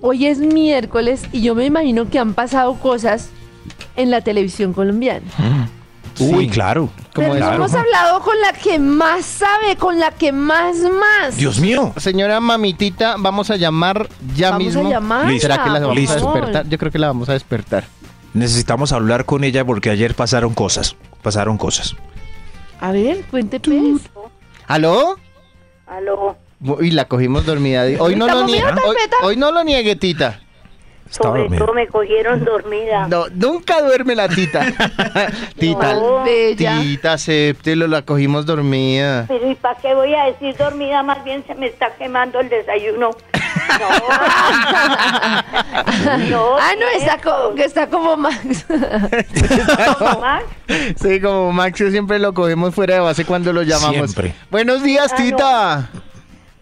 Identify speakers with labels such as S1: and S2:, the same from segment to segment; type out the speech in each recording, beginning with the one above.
S1: hoy es miércoles y yo me imagino que han pasado cosas en la televisión colombiana.
S2: Uy,
S3: Sí.
S2: claro.
S1: Pero
S3: Como
S1: no
S3: claro.
S1: hemos hablado con la que más sabe, con la que más más.
S2: Dios mío.
S3: Señora mamitita, vamos a llamar ya
S1: Vamos
S3: mismo.
S1: a llamarla,
S3: ¿Será que la vamos
S2: Listo.
S3: a despertar? Yo creo que la vamos a despertar.
S2: Necesitamos hablar con ella porque ayer pasaron cosas. Pasaron cosas.
S1: A ver, cuente pues.
S3: ¿Aló?
S4: Aló,
S3: Y la cogimos dormida. Hoy no
S1: ¿La
S3: lo
S1: comió
S3: niegue.
S1: tan
S3: Hoy,
S1: feta?
S3: hoy no lo niegue, tita.
S2: Estaba
S4: sobre
S2: dormida.
S4: todo me cogieron dormida.
S3: No, nunca duerme la tita. tita,
S4: No.
S1: Bella.
S3: tita, acéptelo, la cogimos dormida.
S4: Pero ¿y para qué voy a decir dormida? Más bien se me está quemando el desayuno. No.
S1: ah, no, está como, que está como Max.
S4: como más.
S3: Sí, como Max siempre lo cogemos fuera de base cuando lo llamamos.
S2: Siempre.
S3: Buenos días,
S4: Ah,
S3: tita.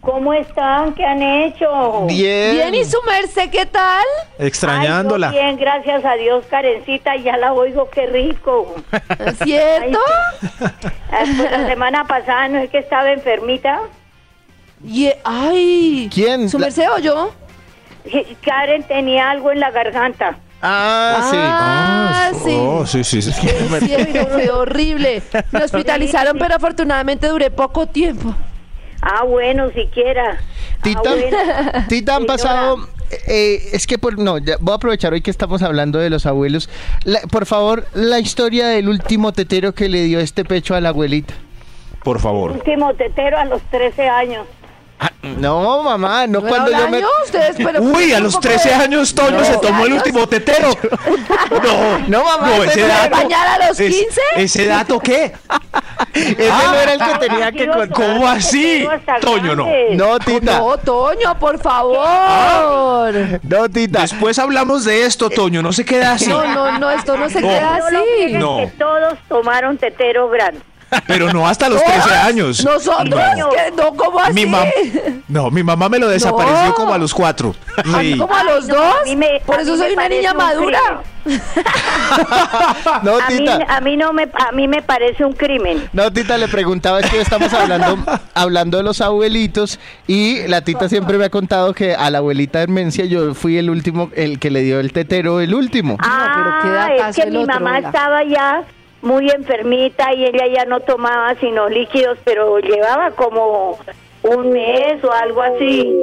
S4: ¿Cómo están? ¿Qué han hecho?
S3: Bien.
S1: Bien, ¿y su merced qué tal?
S2: Extrañándola.
S4: Ay, yo bien, gracias a Dios, Karencita, ya la oigo, qué rico.
S1: ¿Cierto?
S4: Ah, pues, la semana pasada no es que estaba enfermita.
S1: Y- ay.
S3: ¿Quién?
S1: ¿Su
S3: La-
S1: merced o yo?
S4: Sí, Karen tenía algo en la garganta.
S3: Ah, sí.
S1: Ah, sí.
S2: Oh, sí, sí, sí.
S1: Es cierto, fue horrible. Me hospitalizaron, pero afortunadamente duré poco tiempo.
S4: Ah, bueno, siquiera. Ah,
S3: Tita,
S4: bueno.
S3: Tita, han
S4: Señora.
S3: pasado. eh, es que por, no, ya voy a aprovechar hoy que estamos hablando de los abuelos. La- por favor, la historia del último tetero que le dio este pecho a la abuelita.
S2: Por favor.
S4: Último tetero a los 13 años.
S3: No, mamá, no
S1: ¿No
S3: cuando
S1: era
S3: yo
S1: un
S3: me.
S1: año? ustedes, pero pues
S2: Uy, a
S1: un
S2: los
S1: poco
S2: 13
S1: de-
S2: años Toño se tomó el último tetero. No,
S3: No, mamá,
S2: no, ese
S3: ese no era.
S2: dato.
S1: ¿Bañar a los
S2: es-
S1: 15?
S2: ¿Ese dato qué?
S3: Ese
S2: Ah.
S3: no era el que tenía que
S4: Tranquilos,
S3: contar.
S2: ¿Cómo así?
S4: ah, hasta
S2: Toño, no.
S4: grandes.
S3: No, Tita.
S1: No, Toño, por favor.
S3: No, Tita.
S2: Después hablamos de esto, Toño. No se queda así.
S1: No, no, no, esto no se
S2: No.
S1: queda
S4: No lo
S1: así.
S4: nieguen
S2: No.
S4: que todos tomaron tetero grande.
S2: Pero no hasta los 13 años.
S1: Nosotros,
S2: No.
S1: que no, ¿cómo
S4: ¿Ah,
S1: así?
S2: Mi mam- no, mi mamá me lo desapareció
S1: No.
S2: como a los cuatro.
S1: ¿A mí
S2: Sí.
S1: como a
S4: Ay,
S1: los
S4: no,
S1: dos?
S4: a mí me-
S1: Por
S4: a
S1: eso
S4: mí me
S1: soy una
S4: parece
S1: niña
S4: un
S1: madura.
S3: No,
S4: A mí,
S3: Tita.
S4: a mí no me a mí me parece un crimen.
S3: No, Tita, le preguntaba, es que estamos hablando, hablando de los abuelitos y la Tita siempre me ha contado que a la abuelita Hermencia yo fui el último, el que le dio el tetero, el último.
S1: pero ¿qué da
S4: Ah, es
S1: caso
S4: que
S1: el
S4: mi
S1: otro,
S4: mamá
S1: hola?
S4: estaba ya muy enfermita y ella ya no tomaba sino líquidos, pero llevaba como un mes o algo así.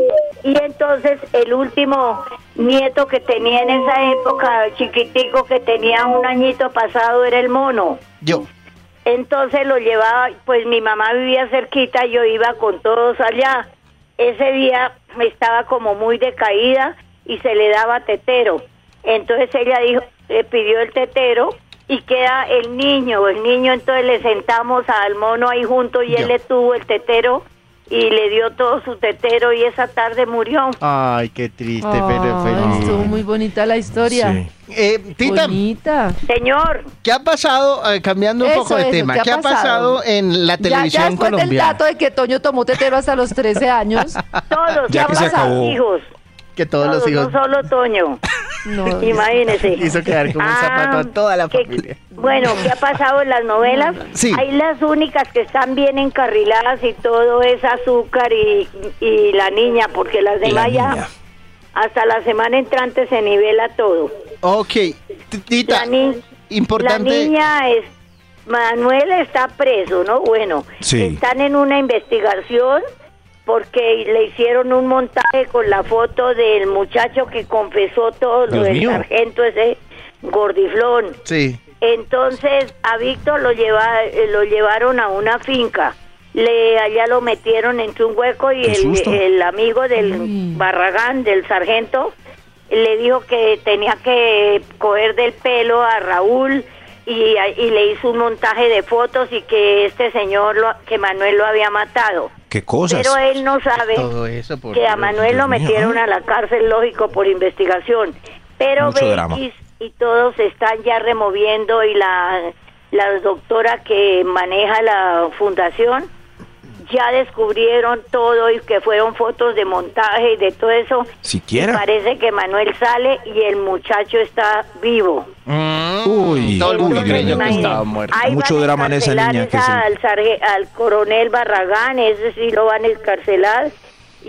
S4: Y entonces el último nieto que tenía en esa época, chiquitico, que tenía un añito pasado, era el mono.
S3: Yo.
S4: Entonces lo llevaba, pues mi mamá vivía cerquita, yo iba con todos allá. Ese día me estaba como muy decaída y se le daba tetero. Entonces ella dijo, le pidió el tetero y queda el niño, el niño entonces le sentamos al mono ahí junto y
S3: Ya.
S4: él le tuvo el tetero y le dio todo su tetero y esa tarde murió.
S3: Ay, qué triste, pero
S1: Ay,
S3: feliz.
S1: estuvo muy bonita la historia.
S2: Sí.
S3: Eh, Tita,
S1: Bonita.
S4: Señor,
S3: ¿qué ha pasado, eh, cambiando un
S1: Eso,
S3: poco de
S1: eso,
S3: tema,
S1: ¿qué
S3: ¿qué,
S1: ha
S3: ha pasado?
S1: pasado?
S3: en la
S1: Ya,
S3: televisión
S1: ya después del
S3: colombiana?
S1: dato de que Toño tomó tetero hasta los 13 años.
S4: todos,
S2: Ya que se
S4: todos
S2: acabó.
S4: los hijos,
S3: que todos los hijos
S4: no solo Toño.
S1: No,
S4: Imagínense.
S3: hizo quedar como un
S4: Ah,
S3: zapato a toda la
S4: que-
S3: familia.
S4: Bueno, ¿qué ha pasado en las novelas?
S3: Sí.
S4: Hay las únicas que están bien encarriladas y todo es azúcar y, y la niña, porque las demás ya
S2: niña.
S4: hasta la semana entrante se nivela todo.
S3: Ok, t- Tita,
S4: La ni-
S3: importante.
S4: La niña es... Manuel está preso, ¿no? Bueno,
S2: Sí.
S4: están en una investigación porque le hicieron un montaje con la foto del muchacho que confesó todo lo
S2: Dios
S4: del
S2: mío.
S4: sargento ese gordiflón.
S3: Sí.
S4: Entonces a Víctor lo, lleva, eh, lo llevaron a una finca. Le, allá lo metieron entre un hueco y
S2: Qué
S4: el,
S2: susto.
S4: el amigo del
S1: Uy.
S4: Barragán, del sargento, le dijo que tenía que coger del pelo a Raúl y, a- y le hizo un montaje de fotos y que este señor, lo- que Manuel lo había matado.
S2: Qué cosas.
S4: Pero él no sabe
S3: Todo eso por
S4: que a
S3: Dios.
S4: Manuel lo
S2: Dios mío.
S4: metieron a la cárcel, lógico, por investigación. Pero
S2: Mucho
S4: Betis
S2: drama.
S4: y todos están ya removiendo y la, la doctora que maneja la fundación ya descubrieron todo y que fueron fotos de montaje y de todo eso.
S2: Siquiera.
S4: Y Parece que Manuel sale y el muchacho está vivo.
S3: Mm,
S2: Uy,
S3: todo el mundo
S2: uy,
S3: creyó que
S2: imagínate.
S3: estaba muerto.
S4: Ahí
S2: Mucho
S4: van a
S2: drama en esa niña
S4: encarcelar
S2: que se-
S4: Al, sarge- al coronel Barragán, ese sí lo van a encarcelar.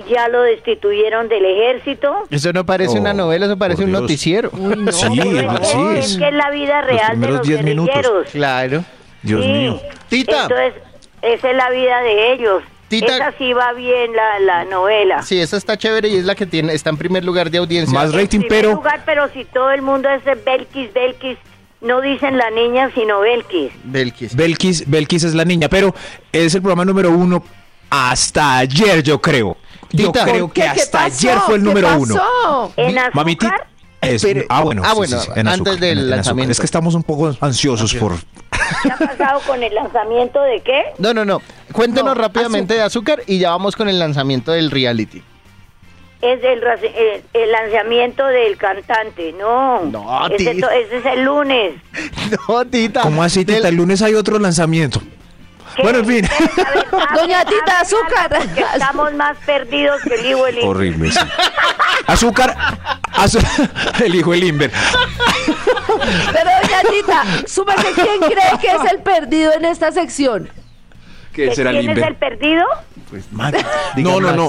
S4: ya lo destituyeron del ejército.
S3: Eso no parece
S2: Oh,
S3: una novela, eso parece
S2: por
S3: un
S2: Dios.
S3: noticiero.
S1: Uy, no.
S2: Sí,
S4: No,
S2: es-
S4: no,
S2: sí
S4: es
S2: es.
S4: que es la vida real de
S2: primeros
S4: los
S2: 10 minutos.
S4: guerrilleros.
S3: Claro.
S2: Dios
S4: Sí.
S2: mío.
S3: Tita.
S4: Entonces, esa es la vida de ellos.
S3: Tita.
S4: Esa sí va bien la, la novela.
S3: Sí, esa está chévere y es la que tiene, está en primer lugar de audiencia.
S2: Más rating,
S4: En primer
S2: pero.
S4: lugar, pero si todo el mundo es de Belkis, Belkis, no dicen la niña, sino Belkis.
S3: Belkis.
S2: Belkis, Belkis es la niña, pero es el programa número uno hasta ayer, yo creo. Yo
S3: Tita.
S2: creo
S1: ¿Por
S2: que
S1: qué? ¿Qué
S2: hasta
S1: pasó?
S2: ayer fue el
S1: ¿Qué
S2: número uno.
S1: pasó?
S4: En
S2: Mi-
S4: azúcar,
S2: Mamiti- es-
S3: Pero-
S2: ah, bueno,
S3: ah,
S2: sí,
S3: bueno,
S2: sí, sí, en
S3: antes
S2: azúcar,
S3: del
S2: en- en azúcar.
S3: lanzamiento.
S2: Es que estamos un poco ansiosos por.
S4: ¿qué ha pasado con el lanzamiento de qué?
S3: No, no, no. Cuéntenos
S1: No,
S3: rápidamente de azúcar y ya vamos con el lanzamiento del reality.
S4: Es el, raci- el, el lanzamiento del cantante, no.
S3: No,
S4: ese,
S3: Tita.
S4: to- ese es el lunes.
S3: No, Tita.
S2: ¿Cómo así,
S3: Ah, Del-
S2: Tita? El lunes hay otro lanzamiento.
S4: ¿Qué?
S2: Bueno, en fin.
S4: A ver, hable,
S1: Doña Tita,
S4: hable,
S1: azúcar.
S4: porque Estamos más perdidos que el Iweli.
S2: Horrible, sí. Azúcar. azu- el hijo el Inver.
S1: Pero doña Tita, súmese quién cree que es el perdido en esta sección.
S2: ¿Qué será el
S4: ¿Quién es el
S2: Inver?
S4: perdido?
S2: No, no, no.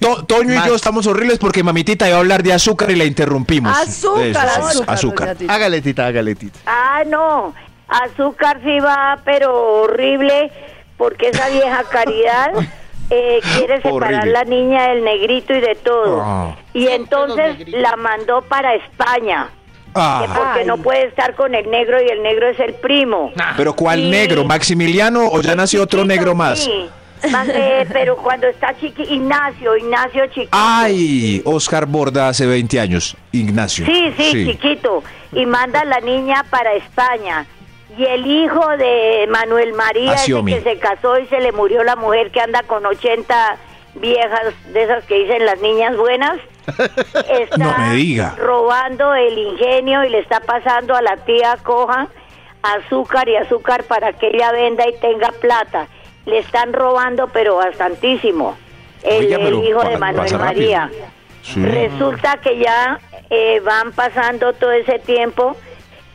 S2: To- Toño y
S3: Max.
S2: yo estamos horribles porque mamitita iba a hablar de azúcar y la interrumpimos.
S1: Azúcar,
S2: Eso, eso,
S1: azúcar.
S2: azúcar.
S1: doña Tita.
S3: Hágale, Tita, hágale, Tita.
S4: Ah, no. Azúcar sí va, pero horrible, porque esa vieja caridad eh, quiere separar
S2: Horrible.
S4: la niña del negrito y de todo.
S2: Ah.
S4: Y entonces la mandó para España, que
S2: Ah,
S4: porque
S1: Ay.
S4: no puede estar con el negro y el negro es el primo.
S2: pero ¿cuál
S4: Sí.
S2: negro? ¿Maximiliano o ya nació otro
S4: Chiquito,
S2: negro más?
S4: sí. Más, eh, pero cuando está chiqui, Ignacio, Ignacio chiquito.
S2: Ay, Oscar Borda hace 20 años, Ignacio.
S4: Sí, sí, chiquito. Y manda a la niña para España. Y el hijo de Manuel María, ese
S2: Asiomi.
S4: que se casó y se le murió la mujer que anda con 80 viejas, de esas que dicen las niñas buenas, está
S2: No me diga.
S4: robando el ingenio y le está pasando a la tía Coja azúcar y azúcar para que ella venda y tenga plata. Le están robando, pero bastantísimo. El,
S2: Oiga, pero
S4: el hijo de
S2: pa-
S4: Manuel
S2: pasa rápido.
S4: María.
S2: Sí.
S4: Resulta que ya eh, van pasando todo ese tiempo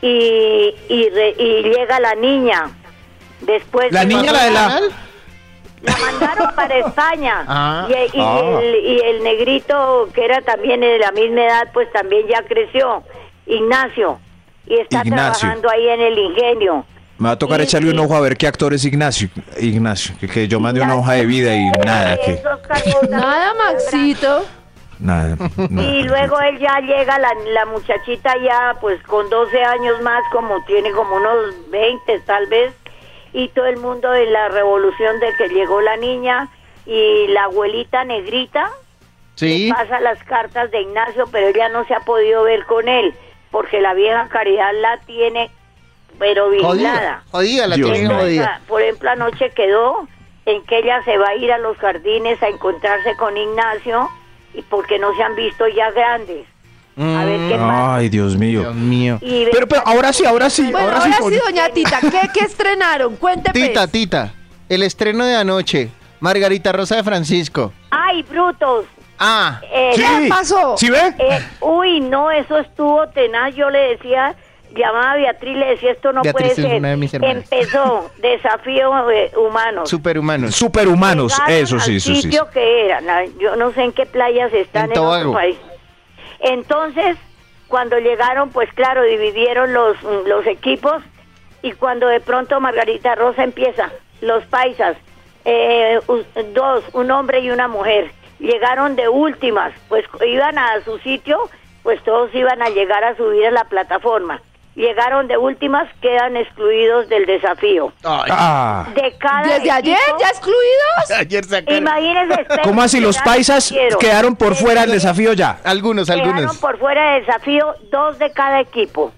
S4: y, y, re- y llega la niña. Después
S2: La
S4: de-
S2: niña, la de la...
S4: la mandaron para España.
S3: Ah.
S4: y, y
S2: Ah.
S4: El, y el negrito, que era también de la misma edad, pues también ya creció, Ignacio. Y está
S2: Ignacio.
S4: trabajando ahí en el ingenio.
S2: Me va a tocar
S4: Y-
S2: echarle
S4: y-
S2: un ojo a ver qué actor es Ignacio. Ignacio, que, que yo mandé una
S4: Ignacio.
S2: hoja de vida y nada,
S4: Eh,
S2: que...
S4: esos cargos-
S1: Nada, Maxito.
S2: Nada, nada.
S4: Y luego él ya llega, la, la muchachita ya pues con 12 años más, como tiene como unos 20 tal vez, y todo el mundo en la revolución de que llegó la niña y la abuelita negrita
S3: Sí.
S4: pasa las cartas de Ignacio, pero ella no se ha podido ver con él, porque la vieja caridad la tiene, pero
S3: Jodida.
S4: vigilada.
S3: Jodida, la
S2: Dios
S3: tiene
S2: mío.
S3: jodida.
S4: Por ejemplo, anoche quedó en que ella se va a ir a los jardines a encontrarse con Ignacio y porque no se han visto ya grandes. A ver qué pasa.
S2: Ay, Dios mío.
S3: Dios mío.
S4: Y ve-
S2: Mm, ah. Pero, pero ahora sí, ahora sí,
S1: Bueno,
S2: ahora sí.
S1: ahora sí,
S2: con-
S1: doña Tita, ¿qué, qué estrenaron? Cuénteme.
S3: Tita, Tita. El estreno de anoche. Margarita Rosa de Francisco.
S4: ¡Ay, brutos!
S3: Ah.
S4: Eh,
S1: Sí. ¿Qué pasó?
S2: ¿Sí ve?
S4: eh, uy, no, eso estuvo tenaz. Yo le decía, llamaba a Beatriz, le decía, esto no
S3: Beatriz
S4: puede
S3: es
S4: ser.
S3: una de mis hermanas.
S4: Empezó desafío eh, humano.
S3: Superhumanos.
S2: Superhumanos,
S4: Llegaron
S2: eso sí,
S4: al
S2: eso sí.
S4: sitio que eran, a- yo no sé en qué playas están
S3: En
S4: en, otro
S3: Tobago.
S4: país. Entonces, cuando llegaron, pues claro, dividieron los, mm, los equipos y cuando de pronto Margarita Rosa empieza, los paisas, eh, u- dos, un hombre y una mujer, llegaron de últimas, pues cu- iban a su sitio, pues todos iban a llegar a subir a la plataforma. Llegaron de últimas, quedan excluidos del desafío.
S3: Ay,
S2: Ah,
S4: De cada
S1: ¿Desde ayer
S4: equipo-
S1: ya excluidos?
S3: ayer sacaron.
S4: Imagínense. esperen,
S2: ¿cómo así? ¿Los
S4: quedaron-
S2: paisas
S4: quiero.
S2: quedaron por fuera del desafío ya?
S3: Algunos,
S4: Quedaron
S3: algunos.
S4: por fuera del desafío dos de cada equipo.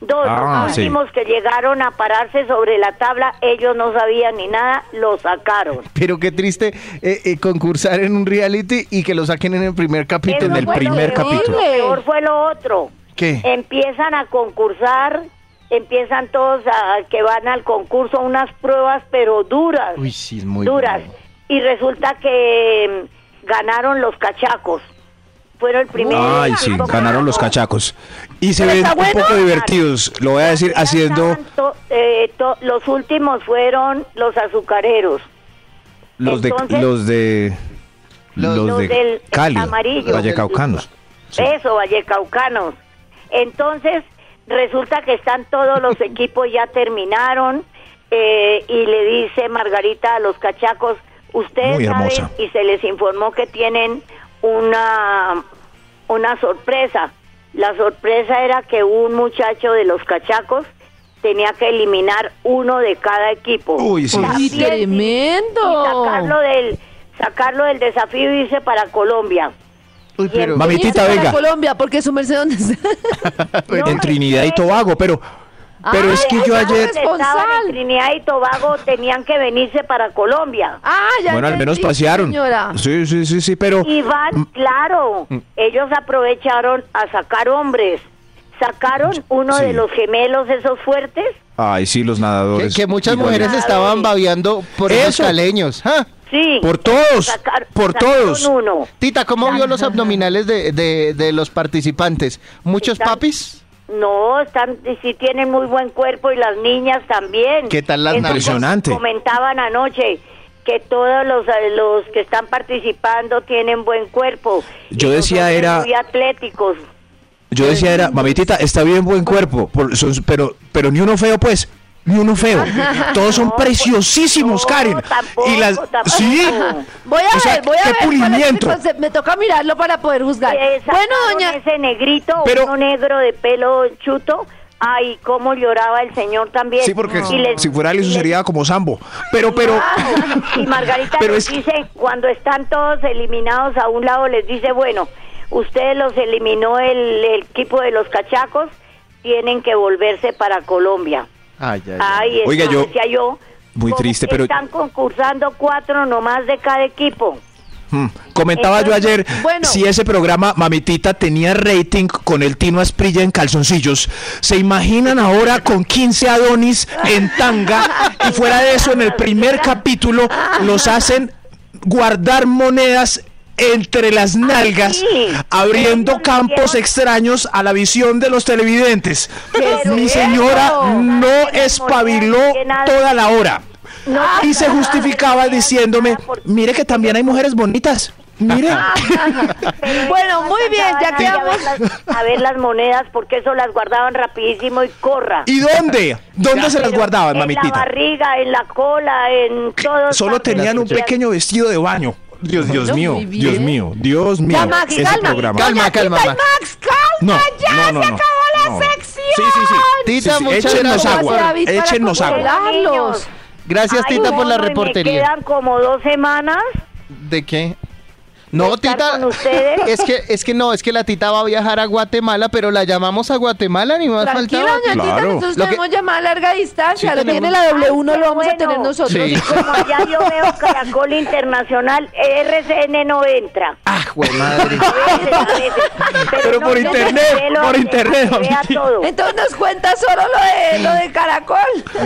S4: Dos
S2: Ah,
S4: los
S2: sí.
S4: últimos que llegaron a pararse sobre la tabla, ellos no sabían ni nada, lo sacaron.
S3: Pero qué triste eh, eh, concursar en un reality y que lo saquen en el primer
S4: Eso
S3: capítulo.
S2: En el
S4: fue lo
S2: primer
S4: peor,
S2: capítulo.
S4: Lo peor fue lo otro.
S3: ¿Qué?
S4: Empiezan a concursar, empiezan todos a, a que van al concurso, unas pruebas pero duras.
S3: Uy, sí, es muy
S4: duras.
S3: duro.
S4: Y resulta que mm, ganaron los cachacos. Fueron el primer
S2: Ay, sí,
S4: equipo que
S2: ganaron los
S4: ganó.
S2: cachacos. Y se
S1: ¿Pero
S2: ven
S1: está
S2: un poco
S1: bueno?
S2: divertidos, lo voy a decir,
S4: Ya
S2: haciendo
S4: estaban to- eh, to- los últimos fueron los azucareros.
S2: los de...
S4: entonces-
S2: Los de Los,
S4: los
S2: de
S4: del
S2: Cali,
S4: amarillo.
S2: vallecaucanos. Sí.
S4: Eso, Vallecaucanos. Entonces, resulta que están todos los equipos ya terminaron eh, y le dice Margarita a los cachacos,
S2: Muy
S4: ustedes saben
S2: hermosa.
S4: y se les informó que tienen una, una sorpresa. La sorpresa era que un muchacho de los cachacos tenía que eliminar uno de cada equipo.
S2: Uy, sí.
S1: Uy,
S4: También,
S1: tremendo.
S4: Y sacarlo del, sacarlo del desafío y irse para Colombia.
S3: Uy, pero,
S2: Mami,
S1: Váyanse
S2: Mamitita,
S1: para
S2: venga.
S1: Colombia, porque su merced dónde está.
S4: No,
S2: en Trinidad y
S4: es que-
S2: Tobago, pero, pero
S1: Ay,
S2: es que yo
S4: Ellos
S2: ayer...
S4: pues, estaban
S1: Gonzalo.
S4: en Trinidad y Tobago, tenían que venirse para Colombia.
S1: Ah, ya
S2: Bueno, al menos
S1: entendí,
S2: pasearon.
S1: Señora.
S2: Sí, sí, sí, sí, pero...
S4: Y
S2: Mm.
S4: van, claro, ellos aprovecharon a sacar hombres. Sacaron uno
S2: Sí.
S4: de los gemelos esos fuertes.
S2: Ay, sí, los
S3: que,
S2: nadadores.
S3: que muchas
S2: Igual-
S3: mujeres estaban babeando por los
S2: Eso.
S3: caleños. ¿ah?
S4: Sí.
S2: Por todos,
S4: Sacar-
S2: por
S4: sacaron
S2: todos.
S4: uno.
S3: Tita, ¿cómo vio los abdominales de, de- de los participantes? ¿Muchos
S4: Están-
S3: papis?
S4: No, están, sí tienen muy buen cuerpo y las niñas también.
S3: ¿Qué tal las
S4: Eso
S2: Impresionante.
S4: com- Comentaban anoche que todos los, eh, los que están participando tienen buen cuerpo.
S2: Yo
S4: Y
S2: decía
S4: todos son
S2: era-
S4: Muy atléticos.
S2: Yo decía era, mamitita, está bien buen cuerpo, por- son- pero, pero ni uno feo, pues. Ni uno feo. Todos son
S4: No, pues,
S2: preciosísimos,
S4: no,
S2: Karen.
S4: tampoco,
S2: y las
S4: tampoco.
S2: sí.
S1: Voy a
S2: O sea,
S1: ver, voy a
S2: qué
S1: ver. cuál es el
S2: pulimiento.
S1: concepto. Me toca mirarlo para poder juzgar.
S4: Eh,
S1: Bueno,
S4: sacaron
S1: doña.
S4: Ese negrito,
S2: Pero-
S4: uno negro de pelo chuto. Ay, cómo lloraba el señor también.
S2: Sí, porque
S4: Y les-
S2: si fuera él, eso
S4: y les-
S2: sería como Sambo. Pero, pero.
S4: Claro. Y Margarita
S2: Pero
S4: les
S2: es-
S4: dice, cuando están todos eliminados a un lado, les dice, bueno, ustedes los eliminó el, el equipo de los cachacos, tienen que volverse para Colombia.
S3: Ay, ay,
S4: Ay,
S2: Oiga,
S4: esa-
S2: yo-
S4: decía yo.
S2: Muy
S4: como
S2: triste,
S4: que
S2: pero-
S4: Están concursando cuatro nomás de cada equipo.
S2: mm, comentaba yo
S4: Entonces,
S2: ayer
S1: bueno.
S2: si ese programa, mamitita, tenía rating con el Tino Asprilla en calzoncillos. ¿Se imaginan ahora con 15 Adonis en tanga? Y fuera de eso, en el primer capítulo, los hacen guardar monedas entre las nalgas,
S4: Ah, sí.
S2: abriendo
S4: Ellos
S2: campos
S4: hicieron-
S2: extraños a la visión de los televidentes.
S1: ¿Qué es
S2: Mi
S1: eso?
S2: señora no
S4: Monedas
S2: espabiló
S4: llenas-
S2: toda la hora.
S4: No
S2: Y se
S4: sacaron
S2: justificaba
S4: monedas
S2: diciéndome,
S4: ni nada porque-
S2: mire que también hay mujeres bonitas. Mire.
S4: Pero
S1: Bueno,
S4: ellos
S1: muy
S4: no
S1: bien, ya
S4: alcanzaban a ir A ver,
S1: quedamos.
S4: las, a ver las monedas, porque eso las guardaban rapidísimo y corra.
S2: ¿Y dónde? ¿Dónde se las guardaban,
S4: en la
S2: mamitita?
S4: barriga, en la cola, en Pues, todo.
S2: Solo tenían un pequeño vestido de baño. Dios, Dios
S1: No,
S2: mío,
S1: muy bien.
S2: Dios mío, Dios mío.
S1: Ya, Max,
S2: ese
S1: calma.
S2: programa.
S3: Calma,
S1: Doña
S3: calma,
S1: Tita y
S3: Max.
S1: Max, calma,
S2: No,
S1: ya
S2: no, no,
S1: se
S2: no.
S1: acabó la
S2: No.
S1: sección.
S2: Sí, sí, sí.
S3: Tita,
S2: Sí, sí,
S3: muchas
S2: échenos
S3: gracias.
S2: agua. échenos agua.
S1: controlarlos?
S3: Gracias, Tita, por la
S4: Me
S3: reportería.
S4: quedan como dos semanas.
S3: ¿De qué? No,
S4: estar
S3: Tita.
S4: con ustedes.
S3: Es que, es que no, es que la Tita va a viajar a Guatemala, pero la llamamos a Guatemala, ni más
S1: Tranquila,
S3: faltaba.
S1: doña Tita,
S2: Claro.
S1: nosotros
S3: Lo que-
S1: tenemos llamada a larga distancia.
S3: Sí,
S1: lo que tiene
S3: tenemos.
S1: la W1
S4: Ay,
S1: lo vamos a
S4: bueno. Pues,
S1: tener nosotros.
S3: Sí.
S4: Como ya yo veo Caracol Internacional, RCN no entra.
S3: Ah, güey, madre.
S4: A veces, a veces.
S2: Pero por
S4: yo me
S2: internet,
S4: revelo
S2: por
S4: a que-
S2: internet,
S4: a que vea
S2: amiguito.
S4: todo.
S1: Entonces nos cuenta solo lo de, lo de Caracol.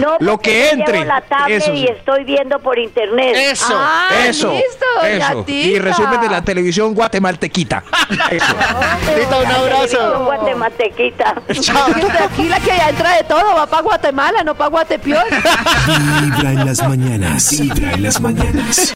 S4: No,
S2: Lo
S4: porque
S2: que
S4: yo
S2: entre.
S4: Llevo la tablet
S2: Eso sí.
S4: y estoy viendo por internet.
S3: Eso.
S1: Ah,
S2: eso.
S1: listo, doña
S2: eso.
S1: Tita.
S2: Y resumen de la televisión guatemaltequita. Eso.
S3: Tita, un abrazo.
S4: Guatematequita.
S1: Es que Tranquila que ya entra de todo, va para Guatemala, no para Guatepeor.
S5: Vibra en las mañanas. Vibra en las mañanas.